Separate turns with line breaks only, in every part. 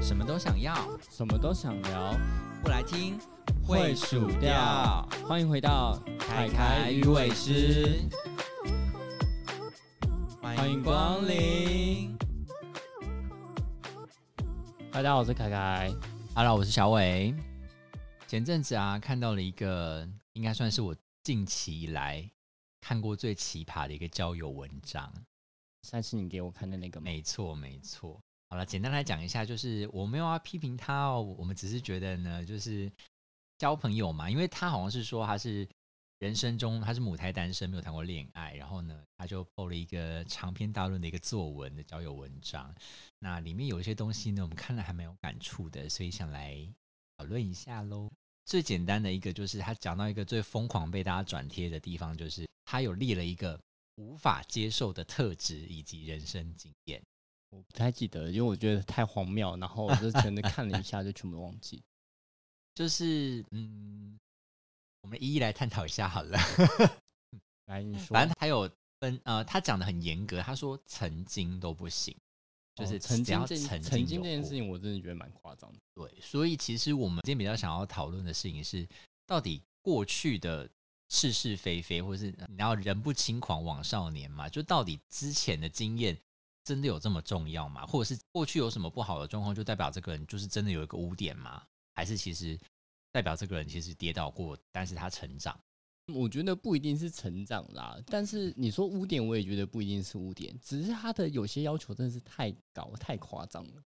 什么都想要，
什么都想聊，
不来听
会数掉。欢迎回到
凯凯与伟师，
欢迎光临。大家好，我是凯凯。
好了，我是小伟。前阵子啊，看到了一个，应该算是我近期以来看过最奇葩的一个交友文章。
上次你给我看的那个吗？
没错，没错。好了，简单来讲一下，就是我没有要批评他哦，我们只是觉得呢，就是交朋友嘛，因为他好像是说他是人生中他是母胎单身，没有谈过恋爱，然后呢，他就 PO 了一个长篇大论的一个作文的交友文章，那里面有一些东西呢，我们看了还蛮有感触的，所以想来讨论一下喽。最简单的一个就是他讲到一个最疯狂被大家转贴的地方，就是他有列了一个无法接受的特质以及人生经验。
我不太记得，因为我觉得太荒谬，然后我就真的看了一下，就全部忘记。
就是嗯，我们一一来探讨一下好了。
来，你说，
反正他有分呃，他讲的很严格，他说曾经都不行，就
哦
是
曾
只要
经这
曾
曾
有
经这件事
过
情，我真的觉得蛮夸张的。
对，所以其实我们今天比较想要讨论的事情是，到底过去的是是非非，或是你要人不轻狂枉少年嘛，就到底之前的经验真的有这么重要吗？或者是过去有什么不好的状况，就代表这个人就是真的有一个污点吗？还是其实代表这个人其实跌倒过，但是他成长？
我觉得不一定是成长啦，但是你说污点，我也觉得不一定是污点，只是他的有些要求真的是太高、太夸张 了。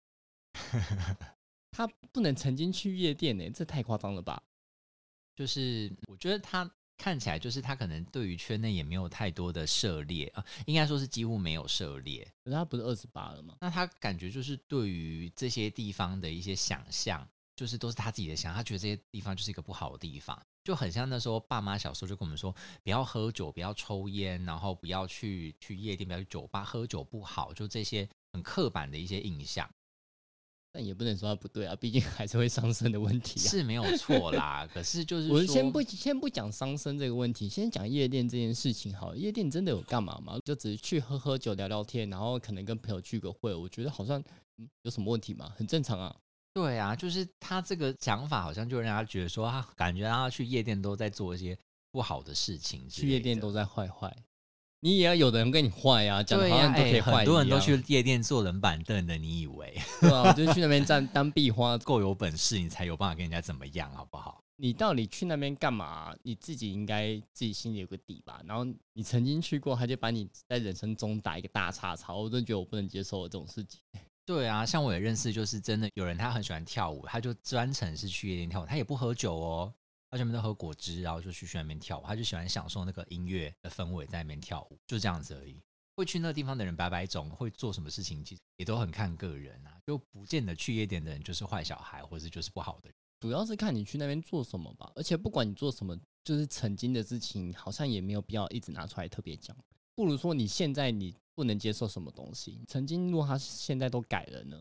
他不能曾经去夜店呢、欸这太夸张了吧？
就是我觉得他看起来就是他可能对于圈内也没有太多的涉猎啊、应该说是几乎没有涉猎。
可是他不是二十八了吗？
那他感觉就是对于这些地方的一些想象，就是都是他自己的想象，他觉得这些地方就是一个不好的地方，就很像那时候爸妈小时候就跟我们说，不要喝酒，不要抽烟，然后不要去去夜店，不要去酒吧，喝酒不好，就这些很刻板的一些印 象。
但也不能说他不对啊，毕竟 还是会上升的问题啊。
是没有错啦，可是就是
我
说
先不先不讲伤身这个问题，先讲夜店这件事情好了。夜店真的有干嘛吗？就只是去喝喝酒、聊聊天，然后可能跟朋友聚个会，我觉得好像、嗯、有什么问题吗？很正常啊。
对啊，就是他这个想法好像就让他觉得说，他感觉他去夜店都在做一些不好的事情之类的，
去夜店都在坏坏，你也要有的人跟你坏呀、啊，讲的
对
好
呀、
像你都可以
哎
坏、
很多人都，去夜店坐冷板凳的，你以为
对啊，我就去那边站当壁花。
够有本事你才有办法跟人家怎么样，好不好？
你到底去那边干嘛、啊你自己应该自己心里有个底吧。然后你曾经去过，他就把你在人生中打一个大叉叉，我真的觉得我不能接受这种事情。
对啊，像我也认识，就是真的有人他很喜欢跳舞，他就专程是去夜店跳舞，他也不喝酒哦，他全部都喝果汁，然后就去去那边跳舞，他就喜欢享受那个音乐的氛围，在那边跳舞，就这样子而已。会去那地方的人，百百种会做什么事情，其实也都很看个人啊，就不见得去夜店的人就是坏小孩，或者就是不好的人。
主要是看你去那边做什么吧。而且不管你做什么，就是曾经的事情，好像也没有必要一直拿出来特别讲。不如说你现在你不能接受什么东西，曾经如果他现在都改了呢？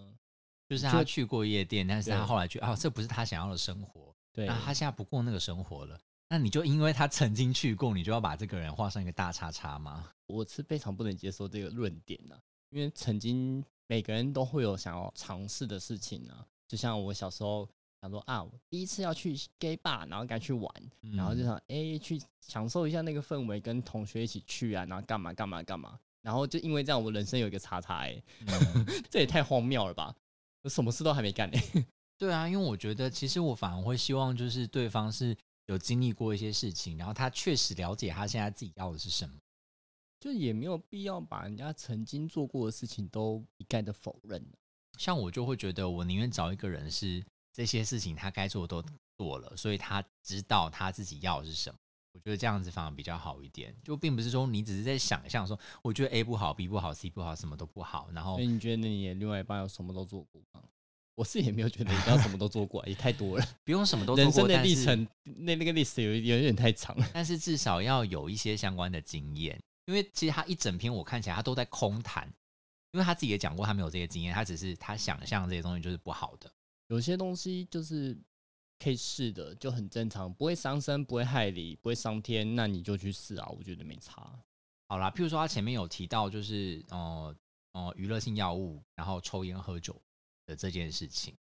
就是
就
他去过夜店，但是他
对
后来觉得哦，这不是他想要的生活，
对，
啊那他现在不过那个生活了，那你就因为他曾经去过，你就要把这个人画上一个大叉叉吗？
我是非常不能接受这个论点呐、因为曾经每个人都会有想要尝试的事情啊。就像我小时候想说啊，我第一次要去 gay bar，然后该去玩，
嗯
然后就想哎、诶去享受一下那个氛围，跟同学一起去啊，然后干嘛干嘛干嘛。然后就因为这样，我人生有一个叉叉哎、
嗯
这也太荒谬了吧！我什么事都还没干呢、
对啊，因为我觉得其实我反而会希望就是对方是有经历过一些事情，然后他确实了解他现在自己要的是什么。
就也没有必要把人家曾经做过的事情都一概的否认。
像我就会觉得，我宁愿找一个人是这些事情他该做的都做了，所以他知道他自己要的是什么。我觉得这样子反而比较好一点，就并不是说你只是在想象说，我觉得 A 不好，B 不好，C 不好，什么都不好，然后
所以你觉得你的另外一半有什么都做过吗？我是也没有觉得一定要什么都做过啊，也太多了。
不用什 么都做
人
过，
生的
但
历
是
程，那那个历史有有点太长了。
但是至少要有一些相关的经验，因为其实他一整篇我看起来他都在空谈，因为他自己也讲过他没有这些经验，他只是他想象这些东西就是不好的。
有些东西就是可以试的，就很正常，不会伤身，不会害理，不会伤天，那你就去试啊，我觉得没差。
好啦，譬如说他前面有提到，就是哦哦娱乐性药物，然后抽烟喝酒的这件事情。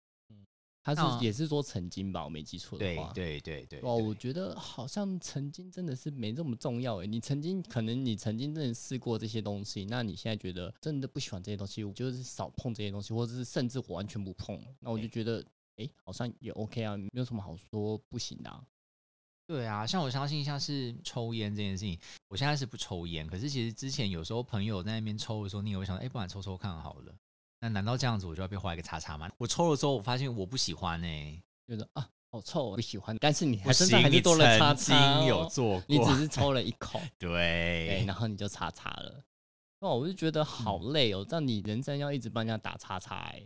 他是、
那
也是说曾经吧，我没记错的
哦对
话。
对对对，
哇，
对
我觉得好像曾经真的是没这么重要诶。欸你曾经可能你曾经真的试过这些东西，那你现在觉得真的不喜欢这些东西，我就是少碰这些东西，或者是甚至我完全不碰，那我就
对
觉得诶，好像也 OK 啊，没有什么好说不行的、啊。
对啊，像我相信像是抽烟这件事情，我现在是不抽烟，可是其实之前有时候朋友在那边抽的时候，你也会想，哎、不然抽抽看好了。那难道这样子我就要被画一个叉叉吗？我抽了之后，我发现我不喜欢呢、欸
觉得啊，好臭，我不喜欢。但是你
不
还身上
行，
还
你
是多了叉
曾
叉、
经
哦，
有做过，
你只是抽了一口，对，
对嗯
然后你就叉叉了。哇，我就觉得好累哦，让你人生要一直帮人家打叉叉哎、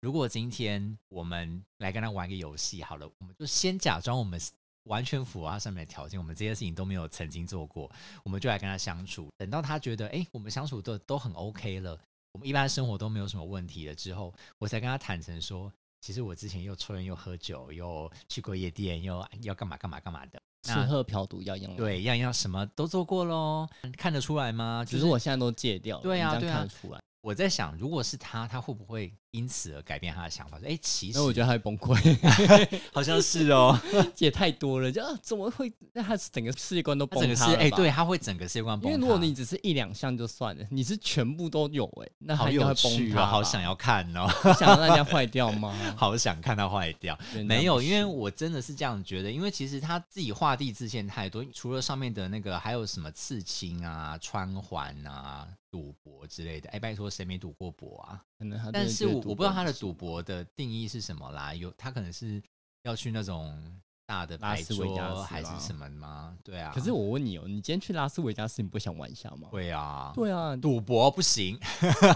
如果今天我们来跟他玩个游戏好了，我们就先假装我们是完全符合他上面的条件，我们这些事情都没有曾经做过，我们就来跟他相处。等到他觉得哎、诶我们相处的都很 OK 了，我们一般生活都没有什么问题了之后，我才跟他坦诚说，其实我之前又抽烟又喝酒，又去过夜店，又要干嘛干嘛干嘛的。
吃
那
喝嫖赌要一样。，
对，样样什么都做过喽，看得出来吗？就
只是我现在都戒掉了，
对啊
你这
对
样
啊
看得出来。
我在想，如果是他，他会不会因此而改变他的想法？说，哎、其实
那我觉得他会崩溃，
好像是哦。
也太多了，就啊，怎么会？那他整个世界观 都
他
崩
整个世
塌了吧
哎、对，，他会整个世界观
因
崩塌。
为如果你只是一两项就算了，你是全部都有哎、那
好
他应该
有
会
趣哦，
崩塌。
好想，要看哦，
想让人家坏 掉吗？
好想看他坏掉。
人家
没有，
不
因为
是
我真的是这样觉得，因为其实他自己画地自限太多，除了上面的那个，还有什么刺青啊、穿环啊、赌博之类的。哎、拜托，谁没赌过博啊？
可能他真的
但是
觉得
我
赌
我不知道
博
他的
不行
赌博的定义是什么啦，有他可能是要去那种大的
拉
牌
斯维加
桌
斯
还是
吗
什么吗？对啊，
可是我问你哦，你今天去拉斯维加斯，你不想玩一下吗？
会啊，
对啊，
赌博不行，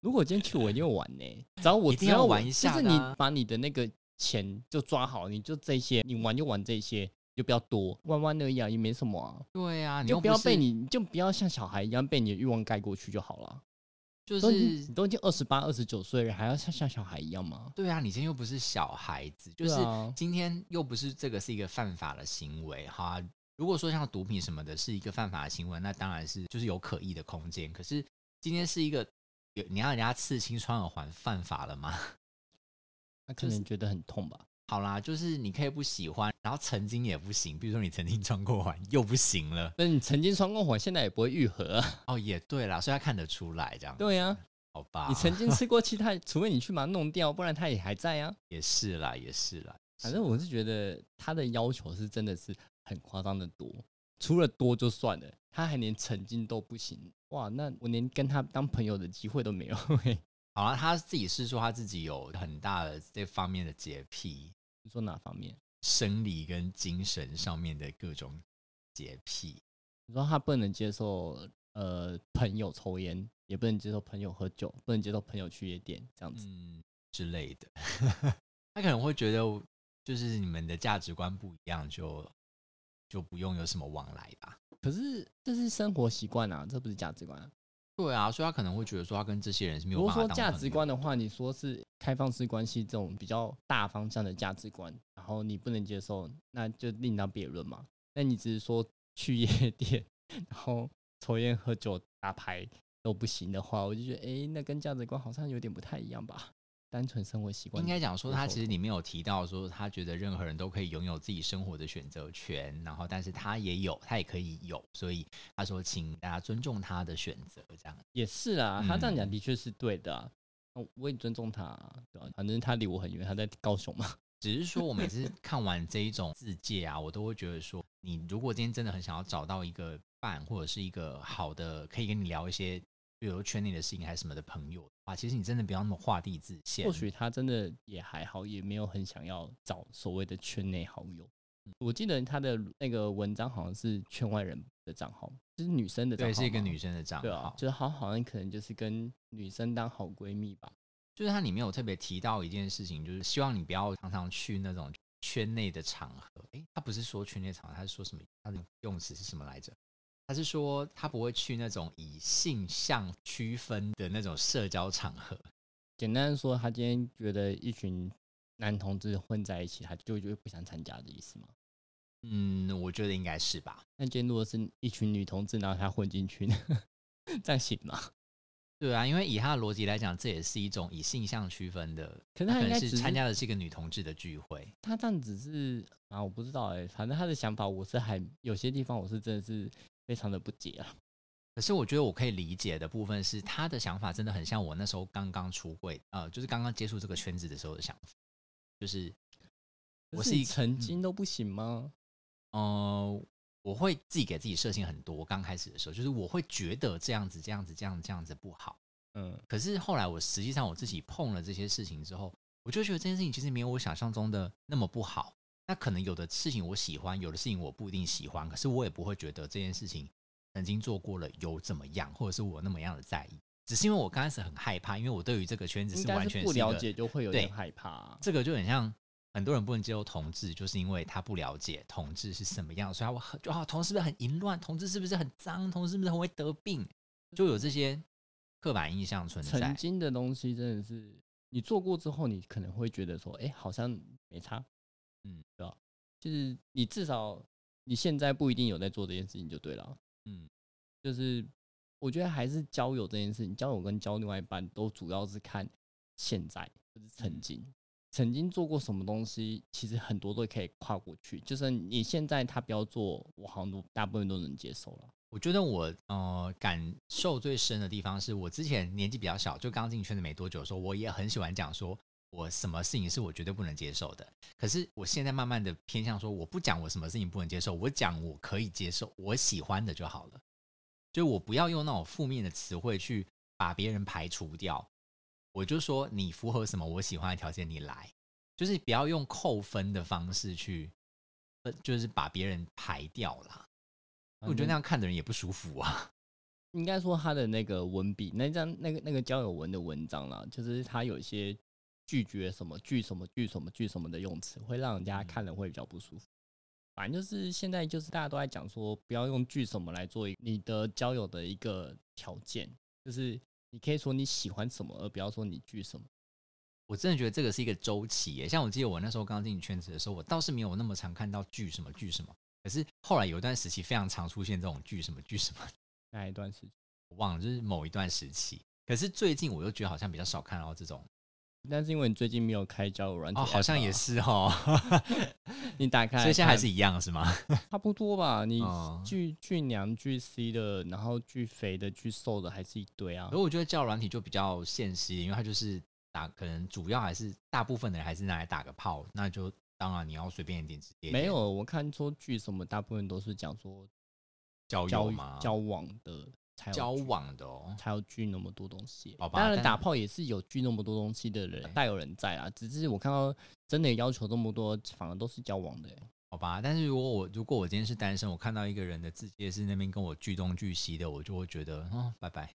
如果我今天去，我一定会玩呢、只要我
一定
只要
要
我
玩一下
就是
的
你
啊
把你的那个钱就抓好，你就这些，你玩就玩这些，就不要多玩玩而已啊，也没什么啊。
对啊，你
就
又
不要
是
被你，你就不要像小孩一样被你的欲望盖过去就好了。
就
都已经
是
你都已经二十八、二十九岁了，还要像像小孩一样吗？
对啊，你今天又不是小孩子，就
对
是
啊
今天又不是这个是一个犯法的行为哈。如果说像毒品什么的是一个犯法的行为，那当然是就是有可议的空间。可是今天是一个有你让人家刺青穿耳环犯法了吗？
那可
就是
能觉得很痛吧。
好啦，就是你可以不喜欢，然后曾经也不行，比如说你曾经穿过环又不行了。
那你曾经穿过火，现在也不会愈合、啊。
哦，也对啦，所以他看得出来这样。，
对呀、
好吧，
你曾经吃过气，它除非你去把它弄掉，不然它也还在啊。
也是啦，也是啦。
反正我是觉得他的要求是真的是很夸张的多，除了多就算了，他还连曾经都不行。哇，那我连跟他当朋友的机会都没有、欸嘿
好啦，他自己是说他自己有很大的这方面的洁癖，
你说哪方面？
生理跟精神上面的各种洁癖。
你说他不能接受呃朋友抽烟，也不能接受朋友喝酒，不能接受朋友去夜店这样子。
嗯之类的。 他可能会觉得，就是你们的价值观不一样就，就不用有什么往来吧。
可是这是生活习惯啊，这不是价值观、啊。
对啊，所以他可能会觉得说，他跟这些人是没
如
有
果
办法
说
当
价
朋
值
友
观的话，你说是开放式关系这种比较大方向的价值观，然后你不能接受，那就另当别论嘛。那你只是说去夜店，然后抽烟、喝酒、打牌都不行的话，我就觉得，诶，那跟价值观好像有点不太一样吧。单纯生活习惯
应该讲说，
不
他
错
其实里面有提到说，他觉得任何人都可以拥有自己生活的选择权，然后但是他也有，他也可以有，所以他说，请大家尊重他的选择，这样。
也是啊，他这样讲
嗯
的确是对的、啊。那我也尊重他、啊，对吧、反正他离我很远，他在高雄嘛。
只是说，我每次看完这一种字界啊，我都会觉得说，你如果今天真的很想要找到一个伴，或者是一个好的可以跟你聊一些，比如说圈内的事情还是什么的朋友的话，其实你真的不要那么画地自限。
或许他真的也还好，也没有很想要找所谓的圈内好友。嗯我记得他的那个文章好像是圈外人的账号，就是女生的账
对，
号嘛，
是一个女生的账
对
号
啊，，就是好好像可能就是跟女生当好闺蜜吧。
就是它里面有特别提到一件事情，就是希望你不要常常去那种圈内的场合。诶，他不是说圈内场合，他是说什么？他的用词是什么来着？他是说他不会去那种以性向区分的那种社交场合。
简单地说，他今天觉得一群男同志混在一起，他就就会不想参加的意思吗？
嗯，我觉得应该是吧。
那今天如果是一群女同志，然后他混进去呢， 这样行吗？
对啊，因为以他的逻辑来讲，这也是一种以性向区分的。
可是
他可
他
能
应该
是
只是
参加的是一个女同志的聚会，
他这样只是啊，我不知道哎、反正他的想法我是还有些地方我是真的是非常的不解啊。
可是我觉得我可以理解的部分是，他的想法真的很像我那时候刚刚出柜，呃，就是刚刚接触这个圈子的时候的想法，就是我
可
是
你
一个嗯
曾经都不行吗？
呃，我会自己给自己设限很多。刚开始的时候，就是我会觉得这样子、这样子、这样这样子不好。
嗯，
可是后来我实际上我自己碰了这些事情之后，我就觉得这件事情其实没有我想象中的那么不好。那可能有的事情我喜欢，有的事情我不一定喜欢，可是我也不会觉得这件事情曾经做过了有怎么样，或者是我那么样的在意。只是因为我刚开始很害怕，因为我对于这个圈子
应
是
该
完
是
全
不
是一
了
个
解就会有点
对
害怕啊、
这个就很像很多人不能接受同志，就是因为他不了解同志是什么样，所以他会很就啊，同志是不是很淫乱？同志是不是很脏？同志是不是很会得病？就有这些刻板印象存在
曾。经的东西真的是你做过之后，你可能会觉得说，哎、好像没差，
嗯，
对吧？就是你至少你现在不一定有在做这件事情就对了，啊
嗯，
就是我觉得还是交友这件事情，交友跟交另外一半都主要是看现在，不是
嗯
曾经。曾经做过什么东西，其实很多都可以跨过去。就是你现在他不要做，我好像都大部分都能接受了。
我觉得我呃感受最深的地方是我之前年纪比较小，就刚进圈子没多久的时候，我也很喜欢讲说我什么事情是我绝对不能接受的。可是我现在慢慢的偏向说，我不讲我什么事情不能接受，我讲我可以接受、我喜欢的就好了。就我不要用那种负面的词汇去把别人排除掉，我就说你符合什么我喜欢的条件，你来，就是不要用扣分的方式去，呃就是把别人排掉啦。我觉得那样看的人也不舒服啊。
应该说他的那个文笔，那张那个那个交友文的文章啦，就是他有一些拒绝什么拒什么拒什么拒什么的用词，会让人
嗯
家看了会比较不舒服。反正就是现在就是大家都在讲说，不要用拒什么来做你的交友的一个条件，就是你可以说你喜欢什么，而不要说你拒什么。
我真的觉得这个是一个周期耶。像我记得我那时候刚进圈子的时候，我倒是没有那么常看到剧什么剧什么，可是后来有一段时期非常常出现这种剧什么剧什么，
那一段时间，
我忘了，就是某一段时期。可是最近我又觉得好像比较少看到这种
但是因为你最近没有开交友软件、
哦，好像也，是 哦， 嗯
你打开来看，
所以现在还是一样是吗？
差不多吧。你
哦
巨巨娘、巨 C 的，然后巨肥的、巨瘦的，还是一堆啊
可。是我觉得交友软体就比较现实一点，因为它就是打，可能主要还是大部分的人还是拿来打个炮，那就当然你要随便一点直接一点
没有，我看说剧什么，大部分都是讲说
交
交
友吗？
交往的才有
交
剧
往的哦，
才有剧那么多东西。
好吧
当然
但
打炮也是有剧那么多东西的人，大有人在啊。只是我看到真的要求这么多，反而都是交往的欸、
好吧，但是如果我如果我今天是单身，我看到一个人的字界是那边跟我巨东巨西的，我就会觉得哦，拜拜，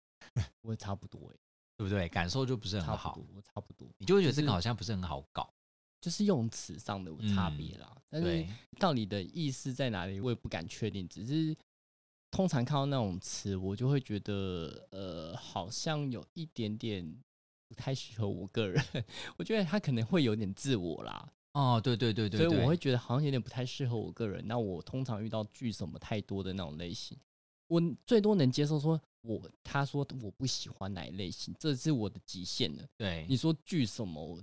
我也差不多哎、
对不对？感受就不是
差
很
不
好
多，，我差不多，
你就会觉得这
就
个
是
好像不是很好搞。
就是用词上的差别啦。但是
嗯对，
到底的意思在哪里，我也不敢确定。只是通常看到那种词，我就会觉得，呃，好像有一点点不太适合我个人。 我觉得他可能会有点自我啦，
哦，对对对对对，
所以我会觉得好像有点不太适合我个人。那我通常遇到句什么太多的那种类型，我最多能接受说我他说我不喜欢哪一类型，这是我的极限了。
对
你说巨什么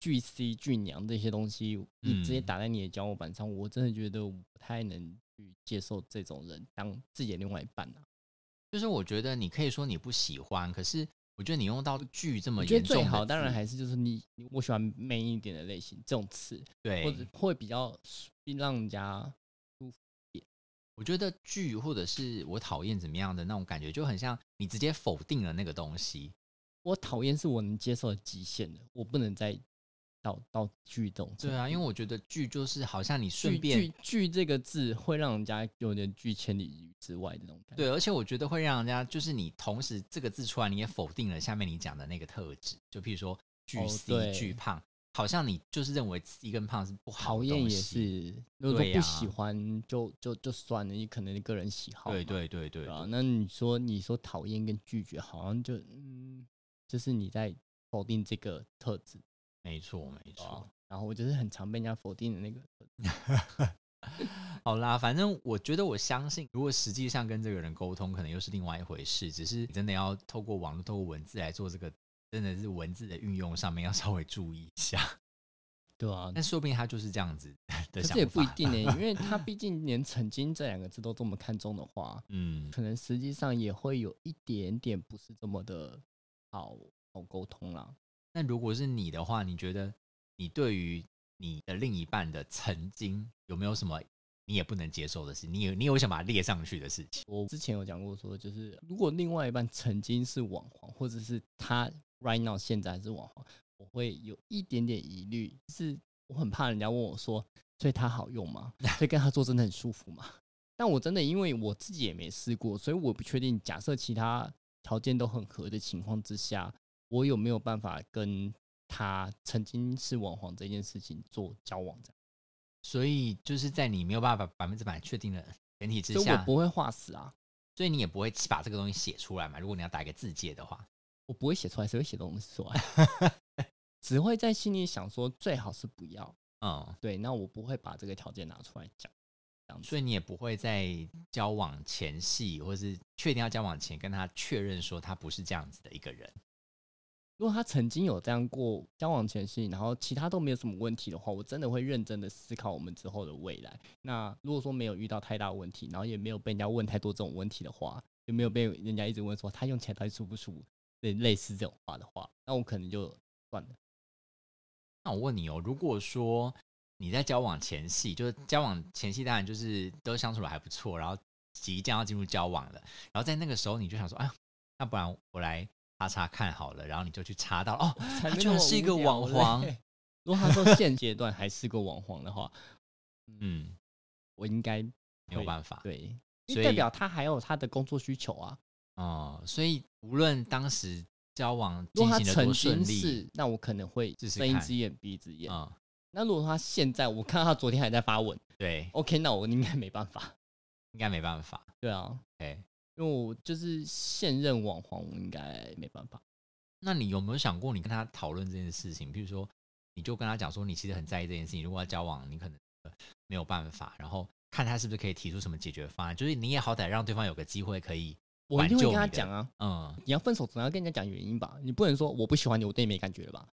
巨 C 巨娘这些东西，你直接
嗯
打在你的交友板上，我真的觉得我不太能去接受这种人当自己的另外一半啊。
就是我觉得你可以说你不喜欢，可是我觉得你用到巨这么
我觉
严
得
重的字，
最好当然还是就是你，你我喜欢 man 一点的类型这种词，或者
对。
会比较舒让人家
我觉得巨或者是我讨厌怎么样的那种感觉，就很像你直接否定了那个东西。
我讨厌是我能接受的极限了，我不能再到到巨这种程度。
对啊，因为我觉得巨就是好像你顺
巨
便
巨巨这个字会让人家有点拒千里之之外的那种感觉。
对，而且我觉得会让人家就是你同时这个字出来，你也否定了下面你讲的那个特质，就譬如说巨
哦
C、
对
巨胖，好像你就是认为 C 跟胖是不好
讨
的
厌也
东西。
是，如果
对
说
呀
不喜欢就、就就算了，你可能个人喜好嘛。
对对对对
对
对
啊，那你说你说讨厌跟拒绝，好像就嗯，就是你在否定这个特质。
没错没
对啊
错。
然后我就是很常被人家否定的那个。
好啦，反正我觉得我相信，如果实际上跟这个人沟通，可能又是另外一回事。只是真的要透过网络、透过文字来做这个，真的是文字的运用上面要稍微注意一下。
对啊，
但说不定他就是这样子的
可
想
是也不一
法。
定呢、欸因为他毕竟连“曾经”这两个字都这么看重的话，
嗯，
可能实际上也会有一点点不是这么的好好沟通啦。
那如果是你的话，你觉得你对于你的另一半的曾经有没有什么你也不能接受的事？你有你有想把它列上去的事情？
我之前有讲过说，就是如果另外一半曾经是网红，或者是他 right now 现在还是网红，我会有一点点疑虑，是我很怕人家问我说，所以它好用吗？ 所以跟他做真的很舒服吗？但我真的因为我自己也没试过，所以我不确定。假设其他条件都很合的情况之下，我有没有办法跟他曾经是网红这件事情做交往？这样，
所以就是在你没有办法百分之百确定的前提之
所以我
下，
不会画死啊，
所以你也不会把这个东西写出来嘛？如果你要打一个字界的话，
我不会写出来，谁会写东西出来？ 只会在心里想说最好是不要。
嗯，
对，那我不会把这个条件拿出来讲，这样子。
所以你也不会在交往前戏，或是确定要交往前跟他确认说他不是这样子的一个人。
如果他曾经有这样过交往前戏，然后其他都没有什么问题的话，我真的会认真的思考我们之后的未来。那如果说没有遇到太大的问题，然后也没有被人家问太多这种问题的话，也没有被人家一直问说他用起来到底舒不舒服，类类似这种话的话，那我可能就算了。
那我问你哦，如果说你在交往前戏，就是交往前戏，当然就是都相处的还不错，然后即将要进入交往了，然后在那个时候你就想说，哎呀，那不然我来查查看好了，然后你就去查到了哦，
才
他
没
居
那
然
么
是一
无
个
聊
网
嘞
黄。
如果他说现阶段还是个网黄的话，
嗯，
我应该
没有
会
办法，
对，啊因
所
为
以
代表他还有他的工作需求啊。
哦、所以无论当时交往
如
进
果他
行的
曾
多顺
经
利，
是，那我可能会
试试
睁一
看
只眼闭一只眼。
嗯，
那如果他现在，我看他昨天还在发文
对，
，OK，那我应该没办法。
应该没办法。
对啊，
OK，
因为我就是现任网红，我应该没办法。
那你有没有想过，你跟他讨论这件事情？比如说，你就跟他讲说，你其实很在意这件事情，如果要交往，你可能呃没有办法，然后看他是不是可以提出什么解决方案，就是你也好歹让对方有个机会可以，
我一定会
挽救
跟他
你的
讲啊，
嗯，
你要分手总要跟人家讲原因吧，你不能说我不喜欢你，我对你没感觉了吧？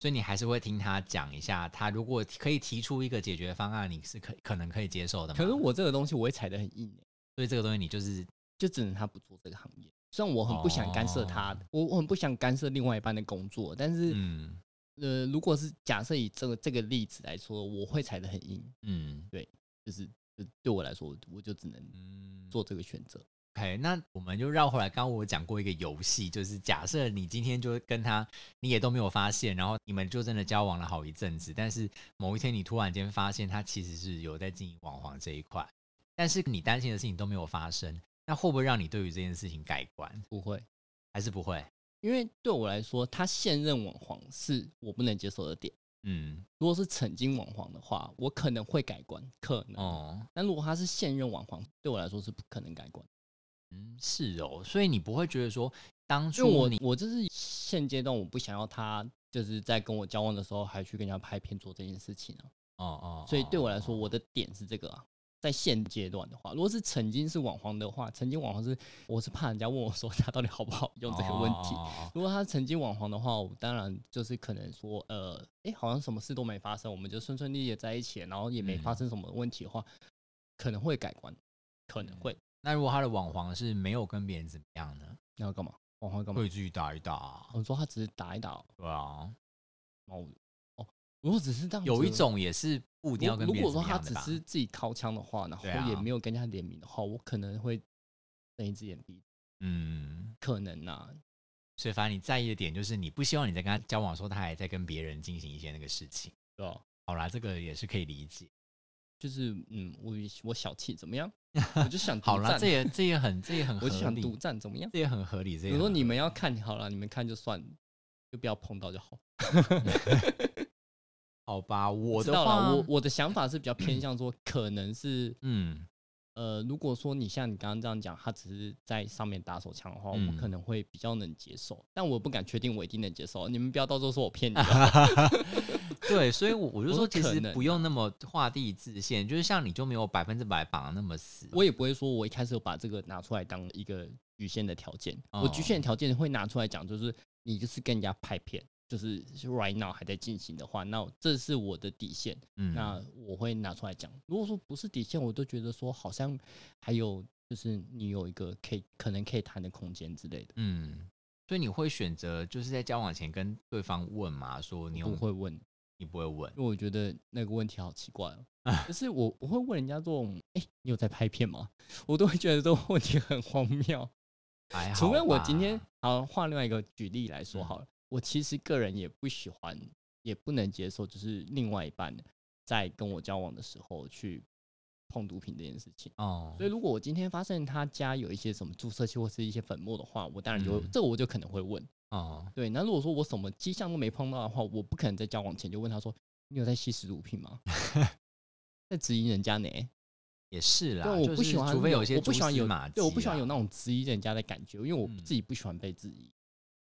所以你还是会听他讲一下，他如果可以提出一个解决方案，你是可可能可以接受的嘛。
可是我这个东西我会踩得很硬、欸，
对这个东西，你就是
就只能他不做这个行业。虽然我很不想干涉他，
哦
我我很不想干涉另外一半的工作，但是、
嗯
呃，如果是假设以这个这个例子来说，我会踩得很硬，
嗯
就是就对我来说，我我就只能
嗯
做这个选择。
OK，那我们就绕回来。刚刚我讲过一个游戏，就是假设你今天就跟他，你也都没有发现，然后你们就真的交往了好一阵子，但是某一天你突然间发现他其实是有在经营网黄这一块，但是你担心的事情都没有发生，那会不会让你对于这件事情改观？
不会，
还是不会？
因为对我来说，他现任网黄是我不能接受的点。
嗯，
如果是曾经网黄的话，我可能会改观，可能。
哦，
但如果他是现任网黄，对我来说是不可能改观，
嗯，是哦，所以你不会觉得说当
因为
初
我
你
我就是现阶段我不想要他就是在跟我交往的时候还去跟人家拍片做这件事情啊，
哦哦，
所以对我来
哦
说，我的点是这个啊。在现阶段的话，如果是曾经是网黄的话，曾经网黄是我是怕人家问我说他到底好不好用这个问题，
哦哦哦哦
如果他曾经网红的话，我当然就是可能说，呃，诶，好像什么事都没发生，我们就顺顺利利的在一起，然后也没
嗯
发生什么问题的话，可能会改观，可
嗯
能会。
那如果他的网黄是没有跟别人怎么样呢？
那要干嘛？网红要干嘛？
会自己打一打啊，
我说他只是打一打，
对啊。
然后我哦，如果只是这样子，
有一种也是不
如
一定要跟
如
别人
果
怎
说
么
他
样的
只
吧
是自己掏枪的话，然
对啊
后也没有跟人家联名的话，我可能会睁一只眼闭一只眼，
嗯，
可能啊，
所以反正你在意的点就是你不希望你在跟他交往的时候，他还在跟别人进行一些那个事情。
对吧？
好啦，这个也是可以理解。
就是嗯，我我小气怎么样？我就想独
好啦，
占
这也这也很这也很合
我就想独
理，
占怎么样？
这也很合理。这也
我说
很
你
合
们要看好了，你们看就算，就不要碰到就好。
好吧？我
知
的
道
话，
了，我我的想法是比较偏向 说，可能是
嗯
呃，如果说你像你刚刚这样讲，他只是在上面打手枪的话，
嗯
我可能啊会比较能接受，但我不敢确定我一定能接受。你们不要到时候说我骗你哦。
对，所以我我就说，
我说
其
可
实
能
不用那么画地自限，就是像你就没有百分之百绑得那么死。
我也不会说我一开始有把这个拿出来当一个局限的条件，我局
哦
限的条件会拿出来讲，就是你就是跟人家拍片，就是 right now 还在进行的话，那这是我的底线，
嗯
那我会拿出来讲。如果说不是底线，我都觉得说好像还有就是你有一个可以可能可以谈的空间之类的，
嗯，所以你会选择就是在交往前跟对方问嘛，说你有
我会问，
你不会问
因为我觉得那个问题好奇怪 哦、就是我我会问人家这种，哎、你有在拍片吗？ 我都会觉得这种问题很荒谬。
还好吧，
除非我今天好换另外一个举例来说
嗯
好了，我其实个人也不喜欢，也不能接受，就是另外一半在跟我交往的时候去碰毒品这件事情。
哦
所以，如果我今天发现他家有一些什么注射器或是一些粉末的话，我当然就会、
嗯
这个我就可能会问。
哦，
对，那如果说我什么迹象都没碰到的话，我不可能在交往前就问他说：“你有在吸食毒品吗？” 在质疑人家呢？
也是啦，
对，啊我
啊就
不
是
喜欢那种，
除非有一些
我不
蛛
喜欢
丝
有
马迹，啊
对，我不喜欢有。那种质疑人家的感觉，因为我
嗯
自己不喜欢被质疑，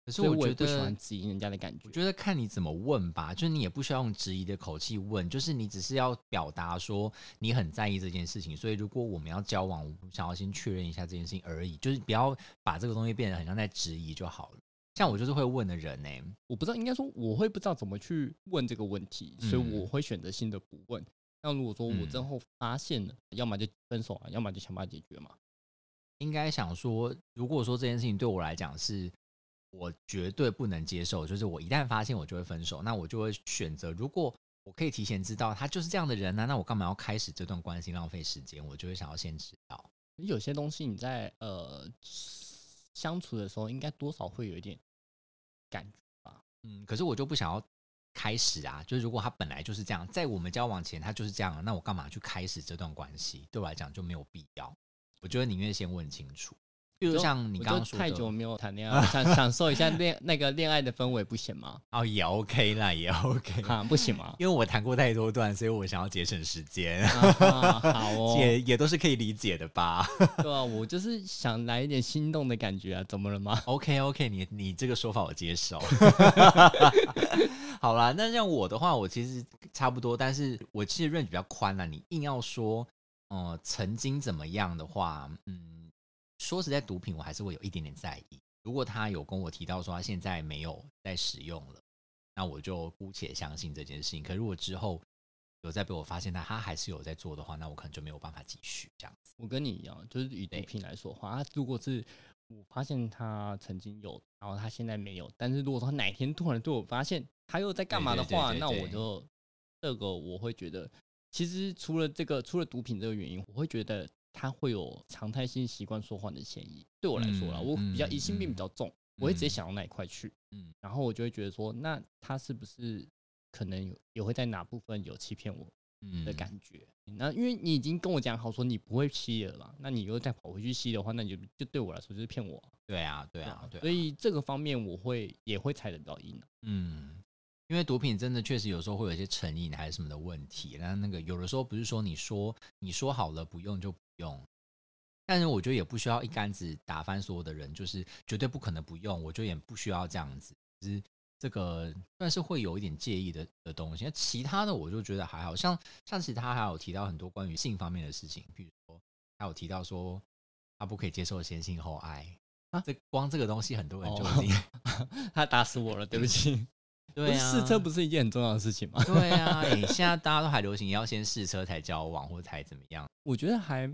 可是
所以我
觉
也不喜欢
得，
质疑人家的感觉
我。觉得看你怎么问吧，就是你也不需要用质疑的口气问，就是你只是要表达说你很在意这件事情，所以如果我们要交往，我们想要先确认一下这件事情而已，就是不要把这个东西变得很像在质疑就好了。像我就是会问的人欸呢、
我不知道，应该说我会不知道怎么去问这个问题，所以
嗯
我会选择性的不问。那如果说我
嗯
之后发现了，要么就分手啊，要么就想办法解决嘛。
应该想说，如果说这件事情对我来讲是我绝对不能接受，就是我一旦发现我就会分手，那我就会选择，如果我可以提前知道他就是这样的人呢、那我干嘛要开始这段关系浪费时间？我就会想要先知道。
有些东西你在呃相处的时候，应该多少会有一点感觉。
嗯，可是我就不想要开始啊，就是如果他本来就是这样，在我们交往前他就是这样，那我干嘛去开始这段关系？对我来讲就没有必要。我觉得宁愿先问清楚，比如
就
像你
我
刚
就
刚说
太久
的，
没有谈 恋爱了，想享受一下恋那个恋爱的氛围，不行吗？
哦，也 OK 啦，也 OK。
啊，不行 吗？
因为我谈过太多段，所以我想要节省时间，
啊啊好哦，
也也都是可以理解的吧。
对啊，我就是想来一点心动的感觉啊，怎么了吗？
OK OK，你你这个说法我接受。好啦，那像我的话，我其实差不多，但是我其实 range 比较宽啦。你硬要说，呃，曾经怎么样的话，嗯，说实在，毒品我还是会有一点点在意。如果他有跟我提到说他现在没有在使用了，那我就姑且相信这件事情。可如果之后有再被我发现他他还是有在做的话，那我可能就没有办法继续这样子。
我跟你一样，就是以毒
对
品来说的话，啊如果是我发现他曾经有，然后他现在没有，但是如果说他哪天突然对我发现他又在干
对
嘛的
对对
话，
对
那
对
我就这个我会觉得，其实除了这个，除了毒品这个原因，我会觉得他会有常态性习惯说谎的嫌疑。对我来说啦，
嗯
我比较
嗯
疑心病比较重，我会直接
嗯
想到那一块去，
嗯
然后我就会觉得说，那他是不是可能有也会在哪部分有欺骗我？
嗯
的感觉。那因为你已经跟我讲好说你不会吸了嘛，那你又再跑回去吸的话，那你就就对我来说就是骗我啊、
对啊，对啊，对啊
所以这个方面我会也会踩得比较硬啊、
嗯，因为毒品真的确实有时候会有一些成瘾还是什么的问题。那那个有的时候不是说你说你说好了不用就不用，但是我觉得也不需要一竿子打翻所有的人，就是绝对不可能不用。我觉得也不需要这样子，只是这个算是会有一点介意的的东西。那其他的我就觉得还好像像其他还有提到很多关于性方面的事情，比如说他有提到说他不可以接受先性后爱。
啊
这光这个东西，很多人就
哦
已经、
他打死我了，对不起。
对啊，
试车不是一件很重要的事情吗？
对啊，哎、现在大家都还流行要先试车才交往，或才怎么样？
我觉得还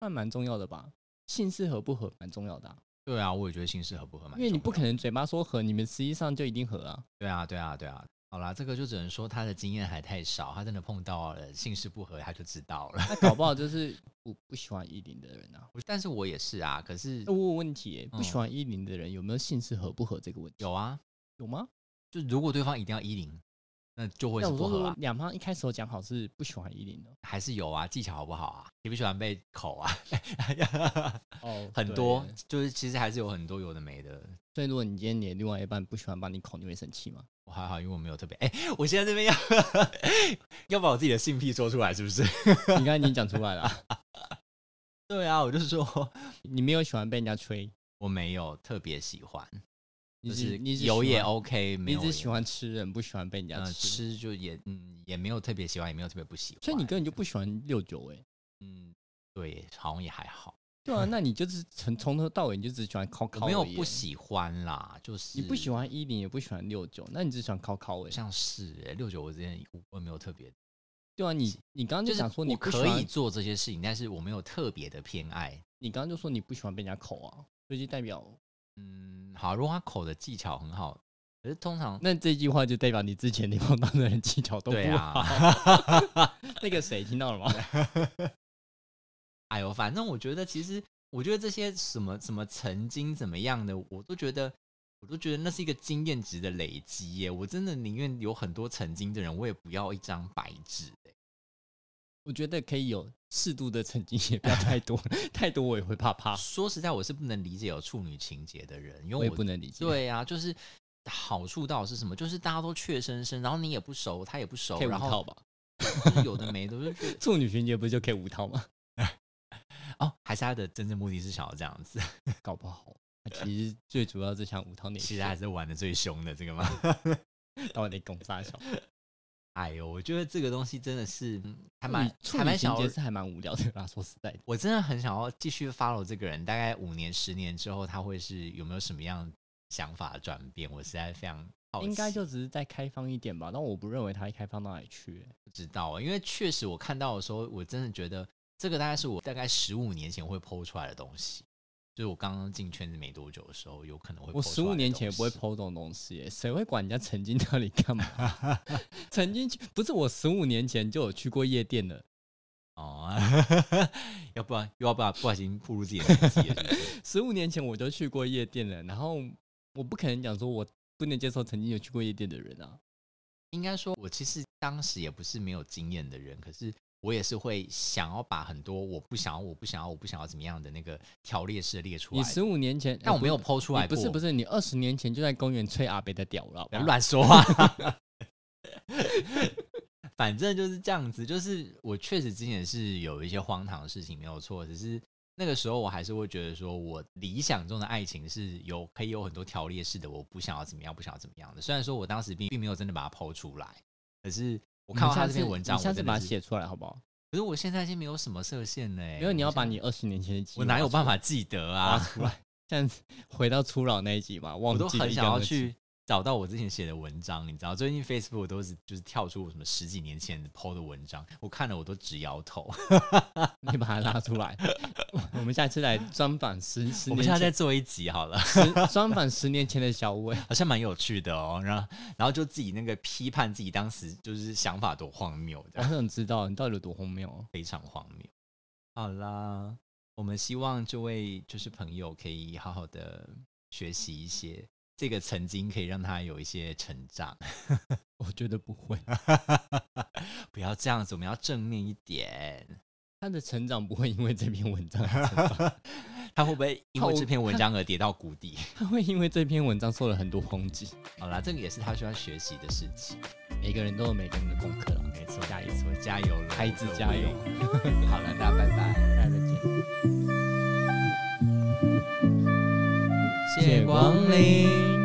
算蛮重要的吧。性是合不合蛮重要的啊、
对啊，我也觉得性事合不合嘛，
因为你不可能嘴巴说合，你们实际上就一定合啊。
对啊，对啊，对啊。好啦，这个就只能说他的经验还太少，他真的碰到了性事不合，他就知道了。
那搞不好就是不不喜欢依林的人啊。
我但是我也是啊，可是
那我有问题耶、不喜
嗯
欢依林的人有没有性是合不合这个问题？
有啊，
有吗？
就如果对方一定要依零，那就会是
我
不
说，如
合
果
啊，
两方一开始有讲好是不喜欢依林的，
还是有啊，技巧好不好啊？喜不喜欢被口啊？
哦
很多就是其实还是有很多有的没的。
所以如果你今天你的另外一半不喜欢帮你口，你会生气吗？
我还好，因为我没有特别哎、我现在这边要 要把我自己的性癖说出来，是不是？
你刚才已经讲出来了啊，
对啊，我就说
你没有喜欢被人家吹，
我没有特别喜欢，
你你
就
只
是
你只
有
喜
也
欢
OK，没
你
有
只
也
喜欢吃人，不喜欢被人家
呃
吃，
吃就也嗯也没有特别喜欢，也没有特别不喜欢，
所以你根本就不喜欢六九哎、
嗯对，好像也还好，
对啊，那你就是从从头到尾你就只喜欢烤
我
烤而
没
已欸，
有不喜欢啦，就是
你不喜欢一零，也不喜欢六九，那你只喜欢烤烤哎
好。像是欸六九，我之前我也没有特别，
对啊，你你刚刚
就
就是想说你
我
不喜
可以
欢，
做这些事情，但是我没有特别的偏爱。
你刚刚就说你不喜欢被人家口啊，所以就代表
嗯，好，如果他口的技巧很好，可是通常
那这句话就代表你之前你碰到的人技巧都不
对
好。
啊，
那个谁听到了吗？
哎呦，反正我觉得其实，我觉得这些什么什么曾经怎么样的，我都觉得。我都觉得那是一个经验值的累积耶！我真的宁愿有很多曾经的人，我也不要一张白纸耶。
我觉得可以有适度的曾经，也不要太多， 太多我也会怕怕，
说实在，我是不能理解有处女情节的人，因
啊我
为
也
我
不能理解。，
对啊，就是好处到底是什么？就是大家都怯生生，然后你也不熟，他也不熟，
可以五
然
套
后
吧？
就是有的没的，我就 觉得
处女情节不是就可以五套吗？
哦，还是他的真正目的是想要这样子，
搞不好，他其实最主要是想五套内
其实还是玩的最凶的这个 嘛。
到底拱啥小？
哎呦，我觉得这个东西真的是嗯还
还
蛮
处
还
女
蛮
情
想
节
要。
是还蛮无聊的啦，说实在的。
我真的很想要继续 follow 这个人，大概五年、十年之后，他会是有没有什么样想法的转变？我实在非常好奇。
应该就只是再开放一点吧，但我不认为它会开放到哪里去、欸
不知道啊，因为确实我看到的时候，我真的觉得这个大概是我大概十五年前会剖出来的东西，就是我刚刚进圈子没多久的时候，有可能会。
我十五年前也不会
剖出来的东西。
剖这种东西、欸谁会管人家曾经到底干嘛？ 曾经去不是我十五年前就有去过夜店了，
哦， 要不然又要不然不小心步入自己的年纪了，是不是
十五年前我就去过夜店了，然后我不可能讲说我不能接受曾经有去过夜店的人啊。
应该说，我其实当时也不是没有经验的人，可是我也是会想要把很多我不想要、我不想要、我不想要怎么样的那个条列式列出
你
来。
十五年前，哎
但我没有
不
剖出来
你不是
过
不是，你二十年前就在公园吹阿北的屌了，好
不
不
要
好
乱说话。 反正就是这样子，就是我确实之前是有一些荒唐的事情，没有错。只是那个时候我还是会觉得说，我理想中的爱情是有可以有很多条列式的，我不想要怎么样，不想要怎么样的。虽然说我当时并并没有真的把它剖出来，可是我看到
你下
他这篇
次
文章，
你下
我
次
真
把
的
它
是，
写出来好不好？
可是我现在已经没有什么射线了、欸。
因为你要把
现在
你二十年前的记忆
我哪有办
法
法记得啊
挖？出来？ 这样子回到初老那一集嘛，忘
我
记
都很
了
想要
120
去找到我之前写的文章，你知道，最近 Facebook 都是就是跳出我什么十几年前 PO 的文章，我看了我都直摇头。
你把它拉出来。 我们下次来专访十十
我们
年
现在再
前
做一集好了，
十专访十年前的小伟，
好像蛮有趣的哦。然后然后就自己那个批判自己当时就是想法多荒谬，这
我
样
很想知道你到底有多荒谬哦。
非常荒谬。好啦，我们希望这位就是朋友可以好好的学习一些。这个曾经可以让他有一些成长，
我觉得不会，
不要这样子，我们要正面一点。
他的成长不会因为这篇文章而成长，
他会不会因为
好
这篇文章而跌到谷底？
他会因为这篇文章受了很多抨击。
好啦，这个也是他需要学习的事情。
每个人都有每个人的功课啦，
没错，加油，加油了，
孩子加油！
好了，大家拜拜。
大家再见。
谢光临。